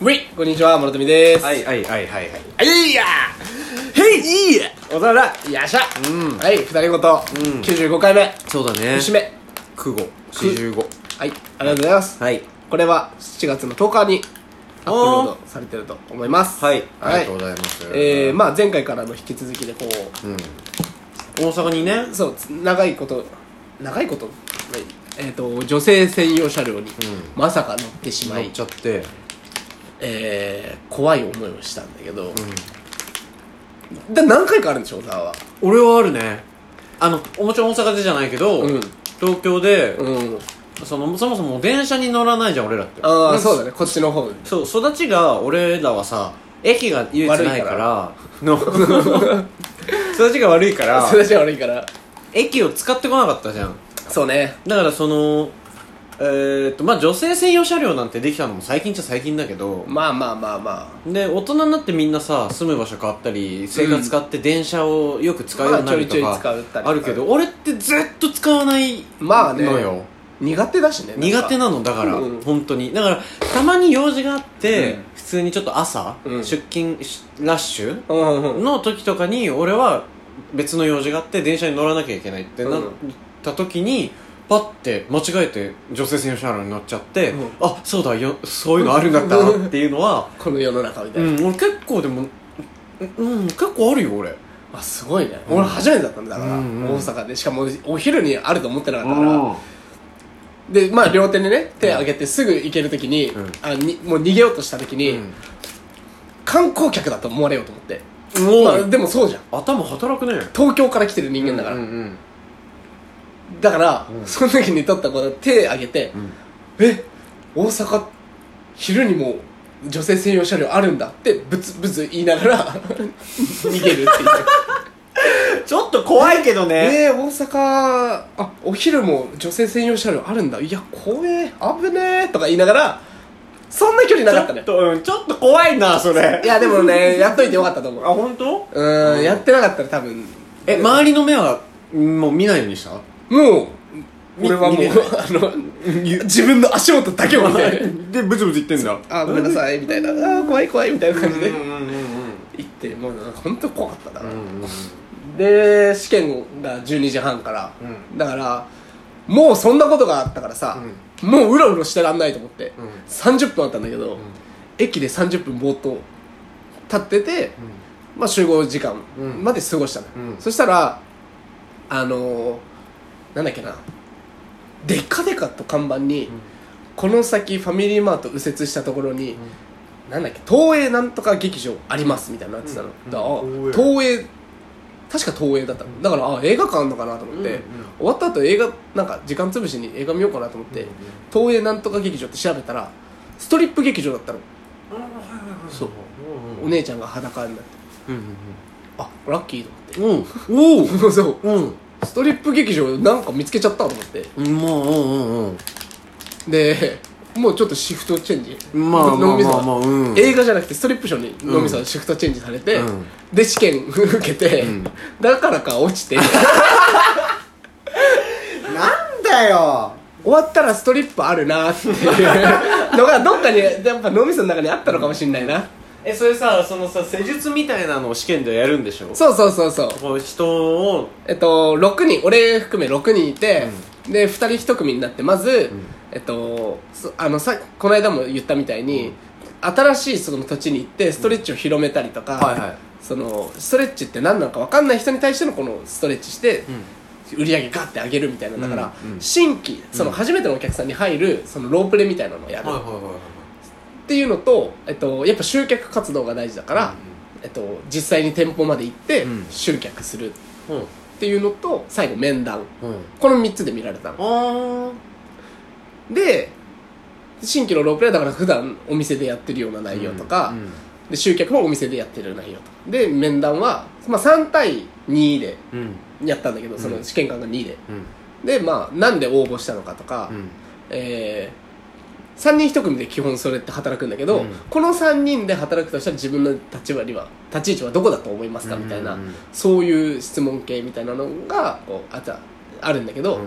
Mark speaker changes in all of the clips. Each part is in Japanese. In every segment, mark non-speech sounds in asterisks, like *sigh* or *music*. Speaker 1: ウェイこんにちは、諸富です。
Speaker 2: はいはいはいはいは
Speaker 1: は
Speaker 2: い
Speaker 1: い。いや
Speaker 2: へいいいおざら
Speaker 1: ーよっしゃうん。はい、二人ごと、95回目、
Speaker 2: そうだね
Speaker 1: 節目。はい、
Speaker 2: 九五四十五
Speaker 1: ありがとうございます。
Speaker 2: はい
Speaker 1: これは7月の10日にアップロードされてると思います。
Speaker 2: はいあ
Speaker 1: は
Speaker 2: りが
Speaker 1: い
Speaker 2: とう。ございます
Speaker 1: えー、まあ前回からの引き続きでこ
Speaker 2: うん大阪にね
Speaker 1: う、そう、長いこと、長いこと、えっ、と、女性専用車両に、まさか乗ってしま
Speaker 2: 乗っ
Speaker 1: い、
Speaker 2: ちゃって
Speaker 1: えー、怖い思いをしたんだけど、だ何回かあるんでしょ、小沢は。
Speaker 2: 俺はあるねあのもちろん大阪でじゃないけど
Speaker 1: うん
Speaker 2: 東京で
Speaker 1: うん。
Speaker 2: そのそもそも電車に乗らないじゃん俺らって
Speaker 1: あ
Speaker 2: な
Speaker 1: あ、
Speaker 2: んか
Speaker 1: そうだね、こっちの方で。
Speaker 2: そう育ちが俺らはさ駅が唯一ないから *laughs* の育ちが悪い *laughs* から
Speaker 1: それじゃ悪いから。
Speaker 2: 駅を使ってこなかったじゃん
Speaker 1: そうね。
Speaker 2: だからそのえー、っとまあ女性専用車両なんてできたのも最近っちゃ最近だけど
Speaker 1: まあまあまあまあ。
Speaker 2: で大人になってみんなさ住む場所変わったり生活変わって電車をよく使うようになると
Speaker 1: まあちょいちょい使うったりと
Speaker 2: か
Speaker 1: か
Speaker 2: あるけど俺ってずっと使わない
Speaker 1: まあね
Speaker 2: のよ
Speaker 1: 苦手だしね。
Speaker 2: 苦手
Speaker 1: な。
Speaker 2: なのだから、
Speaker 1: うん
Speaker 2: 本当にだからたまに用事があって、
Speaker 1: うん
Speaker 2: 普通にちょっと朝、
Speaker 1: うん
Speaker 2: 出勤しラッシュ
Speaker 1: うんうんうん。
Speaker 2: の時とかに俺は別の用事があって電車に乗らなきゃいけないってなった時に、パッて間違えて女性専用車両に乗っちゃって、
Speaker 1: うん
Speaker 2: あそうだよそういうのあるんだったなっていうのは、
Speaker 1: この世の中みた
Speaker 2: *laughs* う
Speaker 1: いな。
Speaker 2: ん、俺結構でもうんうん結構あるよ俺
Speaker 1: あ、すごいね。俺初めてだったんだから、
Speaker 2: うんうん
Speaker 1: 大阪で。しかもお昼にあると思ってなかったから。で、まあ両手でね、手上げてすぐ行けるときに,、
Speaker 2: うん
Speaker 1: あに、もう逃げようとしたときに、
Speaker 2: うん
Speaker 1: 観光客だと思われようと思って。
Speaker 2: お
Speaker 1: まあ
Speaker 2: い
Speaker 1: でもそうじゃん。
Speaker 2: 頭働くね
Speaker 1: 東京から来てる人間だから。
Speaker 2: うんうん
Speaker 1: だから、その時に取った子が手上げて、
Speaker 2: ん
Speaker 1: え大阪昼にも女性専用車両あるんだってブツブツ言いなが *laughs* ら逃げるっていう
Speaker 2: ちょっと怖いけどね
Speaker 1: えー、大阪あお昼も女性専用車両あるんだいや怖え危ねえとか言いながらそんな距離なかった
Speaker 2: ちょ
Speaker 1: ね
Speaker 2: っと、うん、ちょっと怖いなそれ
Speaker 1: いやでもねやっといてよかったと思
Speaker 2: あ
Speaker 1: う
Speaker 2: 本当？
Speaker 1: うーんやってなかったら多分
Speaker 2: え周りの目はもう見ないようにした
Speaker 1: もう俺はもう
Speaker 2: 見て
Speaker 1: あの自分の足元だけを見て
Speaker 2: *laughs* でブツブツ言ってんだ
Speaker 1: あごめんなさいみたいなあー怖い怖いみたいな感じで
Speaker 2: うんうんうんうん
Speaker 1: 行ってもうなんか本当怖かっただから、
Speaker 2: うんうん
Speaker 1: で試験が12時半から、
Speaker 2: う
Speaker 1: だからもうそんなことがあったからさ、もううろうろしてらんないと思って、
Speaker 2: ん
Speaker 1: 30分あったんだけど、駅で30分ぼーっと立ってて、まあ、集合時間
Speaker 2: うん
Speaker 1: まで過ごしたのよ、
Speaker 2: うん
Speaker 1: そしたらあのー、なんだっけなでっかでかと看板に、この先ファミリーマート右折したところに、なんだっけ東映なんとか劇場ありますみたいになってたの、
Speaker 2: うん
Speaker 1: だ
Speaker 2: うん
Speaker 1: からあ東映確か東映だったのだからあ映画館あんのかなと思って、
Speaker 2: うんうん
Speaker 1: 終わった後映画なんか時間潰しに映画見ようかなと思って、
Speaker 2: うんうん
Speaker 1: 東映なんとか劇場って調べたらストリップ劇場だったの、
Speaker 2: そう
Speaker 1: お姉ちゃんが裸になって
Speaker 2: うん
Speaker 1: あラッキーと思って
Speaker 2: うんおお
Speaker 1: *laughs* そう
Speaker 2: うん
Speaker 1: ストリップ劇場なんか見つけちゃったと思って
Speaker 2: うんまあうんうん
Speaker 1: でもうちょっとシフトチェンジ
Speaker 2: うんまあま
Speaker 1: 脳
Speaker 2: あ
Speaker 1: みそ
Speaker 2: ま
Speaker 1: が
Speaker 2: あまあうん
Speaker 1: 映画じゃなくてストリップショーに脳みそがシフトチェンジされて、
Speaker 2: うん
Speaker 1: で試験受けて、だからか落ちて
Speaker 2: なんだよ
Speaker 1: 終わったらストリップあるなっていうのがどっかにやっぱ脳みその中にあったのかもしれないな、
Speaker 2: えそれさそのさ施術みたいなのを試験でやるんでしょ
Speaker 1: そうそうそうそう
Speaker 2: こう人を
Speaker 1: えっと6人俺含め6人いて、で2人1組になってまず、えっとそあのさこの間も言ったみたいに、新しいその土地に行ってストレッチを広めたりとか、
Speaker 2: はいはい
Speaker 1: そのストレッチって何なのか分かんない人に対してのこのストレッチして、売り上げガッて上げるみたいなだから、
Speaker 2: うんうん
Speaker 1: 新規その初めてのお客さんに入るそのロープレみたいなのをやる、
Speaker 2: はいはい
Speaker 1: っ
Speaker 2: はいはい
Speaker 1: ていうのと、えっと、やっぱ集客活動が大事だから、えっと、実際に店舗まで行って
Speaker 2: うん
Speaker 1: 集客するっ
Speaker 2: うん
Speaker 1: ていうのと最後面談
Speaker 2: うん
Speaker 1: この3つで見られたの
Speaker 2: あ
Speaker 1: で新規のロープレだから普段お店でやってるような内容とか、
Speaker 2: うん
Speaker 1: で集客もお店でやってる内容とかで面談は、まあ、3対2で
Speaker 2: うん
Speaker 1: やったんだけどその試験官が2で、
Speaker 2: うん
Speaker 1: でまあなんで応募したのかとか、
Speaker 2: うん
Speaker 1: えー、3人1組で基本それって働くんだけど、
Speaker 2: うん
Speaker 1: この3人で働くとしたら自分の立場には立ち位置はどこだと思いますかみたいな、
Speaker 2: うんうんうん
Speaker 1: そういう質問系みたいなのがこうあったあるんだけど、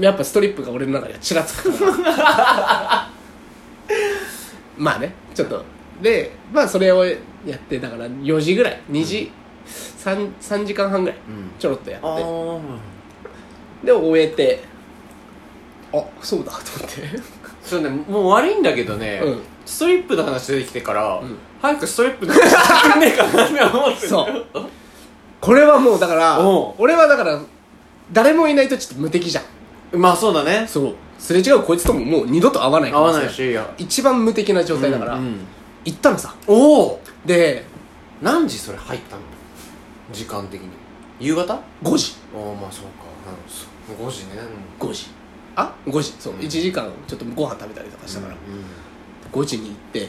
Speaker 1: やっぱストリップが俺の中ではちらつくから *laughs* まあねちょっとでまあそれをやってだから4時ぐらい2時、三三 3, 時間半ぐらい
Speaker 2: うん
Speaker 1: ちょろっとやっ
Speaker 2: あ
Speaker 1: て
Speaker 2: ー
Speaker 1: で終えてあそうだと思って
Speaker 2: *laughs* そうねもう悪いんだけどね、
Speaker 1: うん
Speaker 2: ストリップの話出てきてから、
Speaker 1: ん
Speaker 2: 早くストリップの話してくんねえかなって思ってんだ
Speaker 1: そ
Speaker 2: よ
Speaker 1: うこれはもうだから
Speaker 2: おう
Speaker 1: 俺はだから誰もいないとちょっと無敵じゃん
Speaker 2: まあそうだね
Speaker 1: そうすれ違うこいつとももう二度と会わない可
Speaker 2: 合
Speaker 1: 能性
Speaker 2: わないしや
Speaker 1: 一番無敵な状態だから、
Speaker 2: うんうん
Speaker 1: 行ったのさ
Speaker 2: おお
Speaker 1: で
Speaker 2: 何時それ入ったの時間的に夕方あ
Speaker 1: 5時
Speaker 2: あまあそうかうんそう5時ね
Speaker 1: 5時あ5時そう、
Speaker 2: うん
Speaker 1: 1時間ちょっとご飯食べたりとかしたから、
Speaker 2: うんうん
Speaker 1: 5時に行って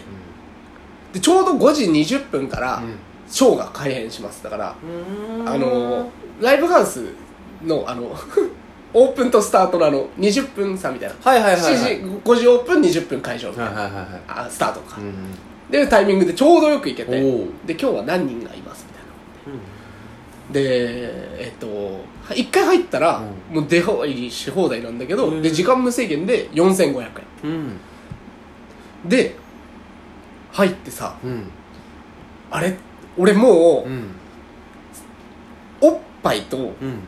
Speaker 1: でちょうど5時20分からショーが開演しますだから、
Speaker 2: うんうん
Speaker 1: あのライブハウスのあの *laughs* オープンとスタートのあの20分差みたいな、
Speaker 2: はいはいはいはい
Speaker 1: 7時5時オープン20分会場みたい
Speaker 2: は、
Speaker 1: ない
Speaker 2: はいはいはい
Speaker 1: あスタートか、
Speaker 2: うん
Speaker 1: でタイミングでちょうどよく行けて
Speaker 2: お
Speaker 1: で今
Speaker 2: お
Speaker 1: 日は何人がいますみたいなでえっとは一回入ったら、
Speaker 2: う
Speaker 1: もう出放題し放題なんだけど、
Speaker 2: うん
Speaker 1: で時間無制限で4500円
Speaker 2: うん
Speaker 1: で入ってさ
Speaker 2: うん
Speaker 1: あれ俺もう、
Speaker 2: うん
Speaker 1: おっぱいと
Speaker 2: うん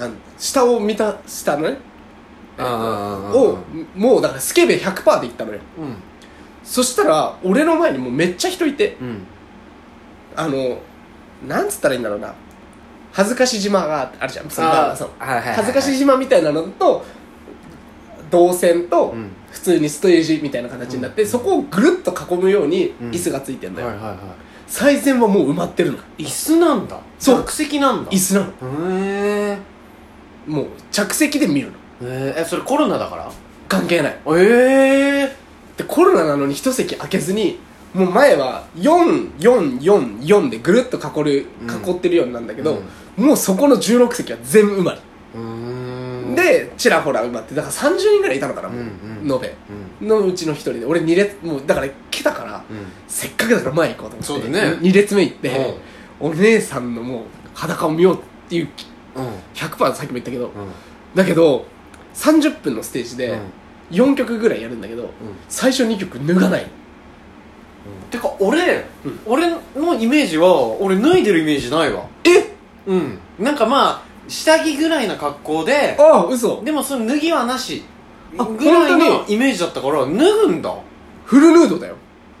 Speaker 1: なん下を見た下のね
Speaker 2: あー
Speaker 1: をもうだからスケベ100%で行ったのよ
Speaker 2: うん
Speaker 1: そしたら俺の前にもうめっちゃ人いて
Speaker 2: うん
Speaker 1: あのなんつったらいいんだろうな恥ずかし島があるじゃんその
Speaker 2: あー
Speaker 1: そう
Speaker 2: はいはいはい
Speaker 1: 恥ずかし島みたいなのと動線と、
Speaker 2: うん
Speaker 1: 普通にステージみたいな形になって、そこをぐるっと囲むように
Speaker 2: うん
Speaker 1: 椅子がついてんだ
Speaker 2: はい
Speaker 1: よ、
Speaker 2: はいは
Speaker 1: 最前はもう埋まってるの
Speaker 2: い椅子なんだ
Speaker 1: そう
Speaker 2: 客席なんだ
Speaker 1: 椅子なの
Speaker 2: へえ
Speaker 1: もう着席で見るの
Speaker 2: えそれコロナだから
Speaker 1: 関係ない
Speaker 2: ええ
Speaker 1: でコロナなのに一席空けずにもう前は4444でぐるっと囲る
Speaker 2: うん
Speaker 1: 囲ってるようになんだけど、もうそこの16席は全部埋まり、
Speaker 2: うーん
Speaker 1: でちらほら埋まってだから30人ぐらいいたのかなもう、
Speaker 2: うんうん
Speaker 1: 延
Speaker 2: うん
Speaker 1: べのうちの一人で俺2列もうだから来たから、
Speaker 2: う
Speaker 1: せっかくだから前行こうと思って
Speaker 2: そうだね
Speaker 1: 2列目行って、お姉さんのもう裸を見ようっていうん
Speaker 2: うん
Speaker 1: 100%さっきも言ったけど、
Speaker 2: うん
Speaker 1: だけど30分のステージ
Speaker 2: う
Speaker 1: で
Speaker 2: ん
Speaker 1: 4曲ぐらいやるんだけど、最初2曲脱がない
Speaker 2: てか俺
Speaker 1: うん
Speaker 2: 俺のイメージは俺脱いでるイメージないわ
Speaker 1: え
Speaker 2: うんなんかまあ下着ぐらいな格好で
Speaker 1: ああ嘘
Speaker 2: でもその脱ぎはなし
Speaker 1: あ
Speaker 2: ぐらい
Speaker 1: 本
Speaker 2: の
Speaker 1: 当
Speaker 2: イメージだったから脱ぐんだ
Speaker 1: フルヌードだよ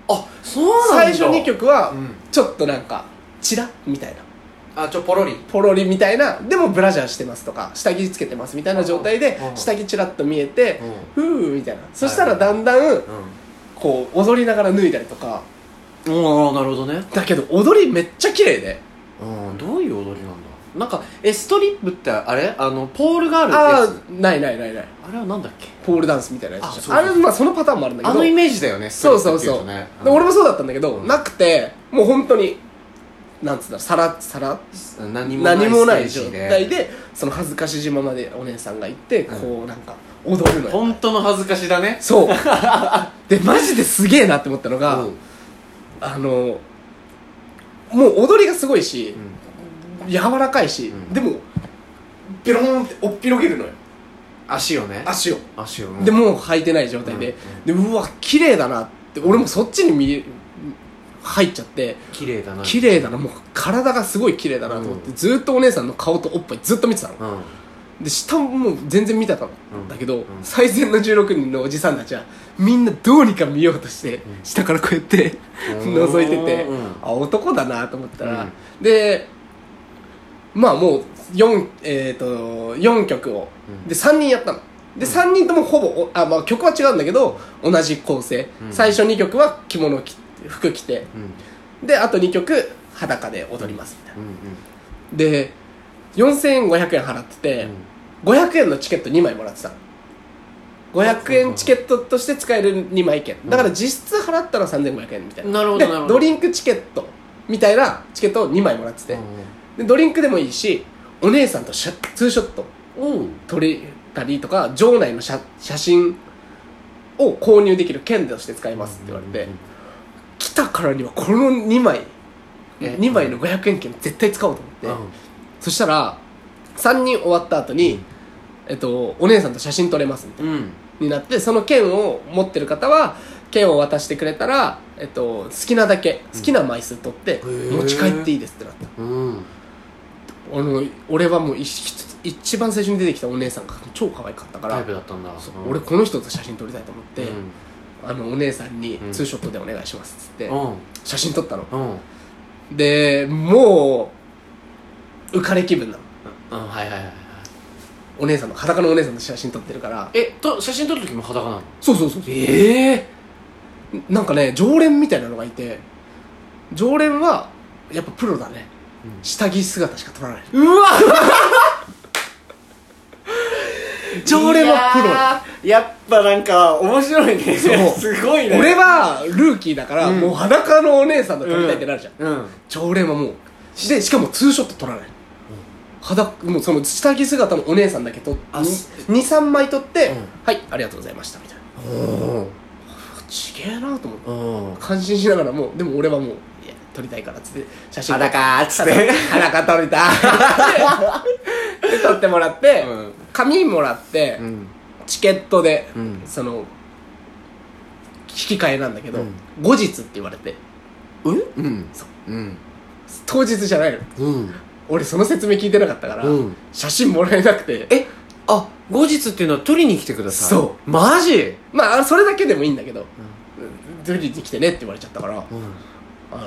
Speaker 2: あそうなん
Speaker 1: 最
Speaker 2: だ
Speaker 1: 初2曲は
Speaker 2: うん
Speaker 1: ちょっとなんかチラみたいな
Speaker 2: あちょポロリ
Speaker 1: ポロリみたいなでもブラジャーしてますとか下着つけてますみたいな状態で
Speaker 2: うん
Speaker 1: 下着チラッと見えて
Speaker 2: うん
Speaker 1: ふーみたいなそしたらだんだんこう踊りながら脱いだりとか
Speaker 2: うんああなるほどね
Speaker 1: だけど踊りめっちゃ綺麗で
Speaker 2: うんどういう踊りなんだなんかえストリップってあれあのポールがある
Speaker 1: あ
Speaker 2: やつ
Speaker 1: あないないないない
Speaker 2: あれはなんだっけ
Speaker 1: ポールダンスみたいなや
Speaker 2: あ
Speaker 1: つじ
Speaker 2: そ
Speaker 1: ゃ
Speaker 2: うん
Speaker 1: あ
Speaker 2: そう
Speaker 1: れまあそのパターンもあるんだけど
Speaker 2: あのイメージだよね
Speaker 1: そうそうそう、で俺もそうだったんだけど、
Speaker 2: うん
Speaker 1: なくてもう本当になんつうんだろうさらさら
Speaker 2: も何
Speaker 1: 何もない
Speaker 2: ステ
Speaker 1: 状
Speaker 2: ージで
Speaker 1: 態でその恥ずかし島までお姉さんが行って、
Speaker 2: うん
Speaker 1: こうなんか踊るのよ
Speaker 2: 本当の恥ずかしだね
Speaker 1: そうでマジですげえなって思ったのが、
Speaker 2: うん
Speaker 1: あのもう踊りがすごいし、柔らかいし、
Speaker 2: うん
Speaker 1: でもピローンっておっぴろげるのよ
Speaker 2: 足をね
Speaker 1: 足を
Speaker 2: 足を
Speaker 1: でもう履いてない状態で、でうわ綺麗だなって俺もそっちに見入っちゃって
Speaker 2: 綺麗だな
Speaker 1: 綺麗だなもう体がすごい綺麗だなと思って、
Speaker 2: うん
Speaker 1: ずーっとお姉さんの顔とおっぱいずっと見てたの
Speaker 2: うん
Speaker 1: で下ももう全然見てたの、
Speaker 2: うん
Speaker 1: だけど、
Speaker 2: うん
Speaker 1: 最前の16人のおじさんたちはみんなどうにか見ようとして、
Speaker 2: ん
Speaker 1: 下からこうやって覗いてて、
Speaker 2: うん
Speaker 1: あ男だなと思ったら、
Speaker 2: うん
Speaker 1: でまあもう 4,、えー、と4曲を、
Speaker 2: うん
Speaker 1: で3人やったので
Speaker 2: うん
Speaker 1: 3人ともほぼおあ、まあ、曲は違うんだけど同じ構成、
Speaker 2: うん
Speaker 1: 最初2曲は着物着服着て
Speaker 2: うん
Speaker 1: であと2曲裸で踊りますみたいな
Speaker 2: うん
Speaker 1: で4500円払ってて、
Speaker 2: うん
Speaker 1: 500円のチケット2枚もらってたの500円チケットとして使える2枚券
Speaker 2: うん
Speaker 1: だから実質払ったら3500円みたいな
Speaker 2: なるほど
Speaker 1: で
Speaker 2: なるほど
Speaker 1: ドリンクチケットみたいなチケットを2枚もらってて、でドリンクでもいいしお姉さんとシャツーショット
Speaker 2: うんうん
Speaker 1: 撮れたりとか場内の写写真を購入できる券として使いますって言われて、来たからにはこの2枚
Speaker 2: え
Speaker 1: 2枚の500円券絶対使おうと思って、
Speaker 2: うん
Speaker 1: そしたら3人終わった後に、
Speaker 2: うん
Speaker 1: えっと、お姉さんと写真撮れますみたい
Speaker 2: うん
Speaker 1: になってその券を持ってる方は券を渡してくれたら、えっと、好きなだけ好きな枚数取って
Speaker 2: ー
Speaker 1: 持ち帰っていいですってなった
Speaker 2: うん
Speaker 1: あの俺はもう一一番最初に出てきたお姉さんが超可愛かったから
Speaker 2: タイプだったんだ
Speaker 1: そう
Speaker 2: うん
Speaker 1: 俺この人と写真撮りたいと思って、
Speaker 2: うん
Speaker 1: あのお姉さんに
Speaker 2: うん
Speaker 1: ツーショットでお願いしますっつって、
Speaker 2: うん
Speaker 1: 写真撮ったの
Speaker 2: うん
Speaker 1: でもう浮かれ気分なの
Speaker 2: うんはいはいはいはい
Speaker 1: お姉さんの裸のお姉さんと写真撮ってるから
Speaker 2: えと写真撮る時も裸なの
Speaker 1: そうそうそうそう
Speaker 2: ええ
Speaker 1: なんかね常連みたいなのがいて常連はやっぱプロだね、
Speaker 2: うん
Speaker 1: 下着姿しか撮らないう *laughs*
Speaker 2: わ
Speaker 1: 常連はプロだ
Speaker 2: プロやっぱなんか面白いね
Speaker 1: そう
Speaker 2: すごいね
Speaker 1: 俺はルーキーだから、
Speaker 2: うん
Speaker 1: もう裸のお姉さんと撮りたいってなるじゃん、
Speaker 2: うん
Speaker 1: 常連はもうでしかもツーショット撮らない、裸もうその下着姿のお姉さんだけ撮って
Speaker 2: あす
Speaker 1: 23枚撮って、
Speaker 2: うん
Speaker 1: はいありがとうございましたみたいな
Speaker 2: うん
Speaker 1: ちげえなと思って
Speaker 2: うん
Speaker 1: 感心しながらもうでも俺はもういや撮りたいからっつって写真
Speaker 2: 裸っつって
Speaker 1: 裸撮りた
Speaker 2: *laughs*
Speaker 1: いで撮ってもらって、
Speaker 2: うん
Speaker 1: 紙もらって、
Speaker 2: うん
Speaker 1: チケットで、
Speaker 2: うん
Speaker 1: その引き換えなんだけど、
Speaker 2: うん
Speaker 1: 後日って言われて
Speaker 2: うん
Speaker 1: そう
Speaker 2: うん
Speaker 1: 当日じゃないの
Speaker 2: うん
Speaker 1: 俺その説明聞いてなかったから、
Speaker 2: うん
Speaker 1: 写真もらえなくて
Speaker 2: えあ後日っていうのは取りに来てください
Speaker 1: そう
Speaker 2: マジ
Speaker 1: まあそれだけでもいいんだけど「ドリに来てね」って言われちゃったから
Speaker 2: うん
Speaker 1: あの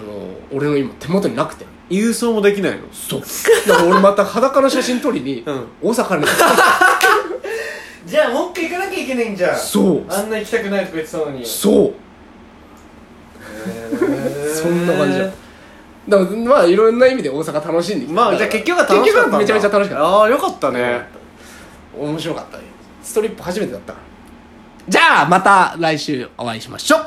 Speaker 1: 俺の今手元になくて
Speaker 2: 郵送もできないの
Speaker 1: そうだから俺また裸の写真撮りに
Speaker 2: うん
Speaker 1: 大阪に
Speaker 2: じゃあもう一回行かなきゃいけないんじ *laughs* ゃん
Speaker 1: そう
Speaker 2: あんな行きたくないとか言ってたのに
Speaker 1: そうそんな感じじゃんだからまあいろんな意味で大阪楽しんできた
Speaker 2: まあじゃあ結局は楽しかった
Speaker 1: 結
Speaker 2: んだ
Speaker 1: 局はめちゃめちゃ楽しかっ
Speaker 2: ああよかったね
Speaker 1: た面白かったねストリップ初めてだったからじゃあまた来週お会いしましょう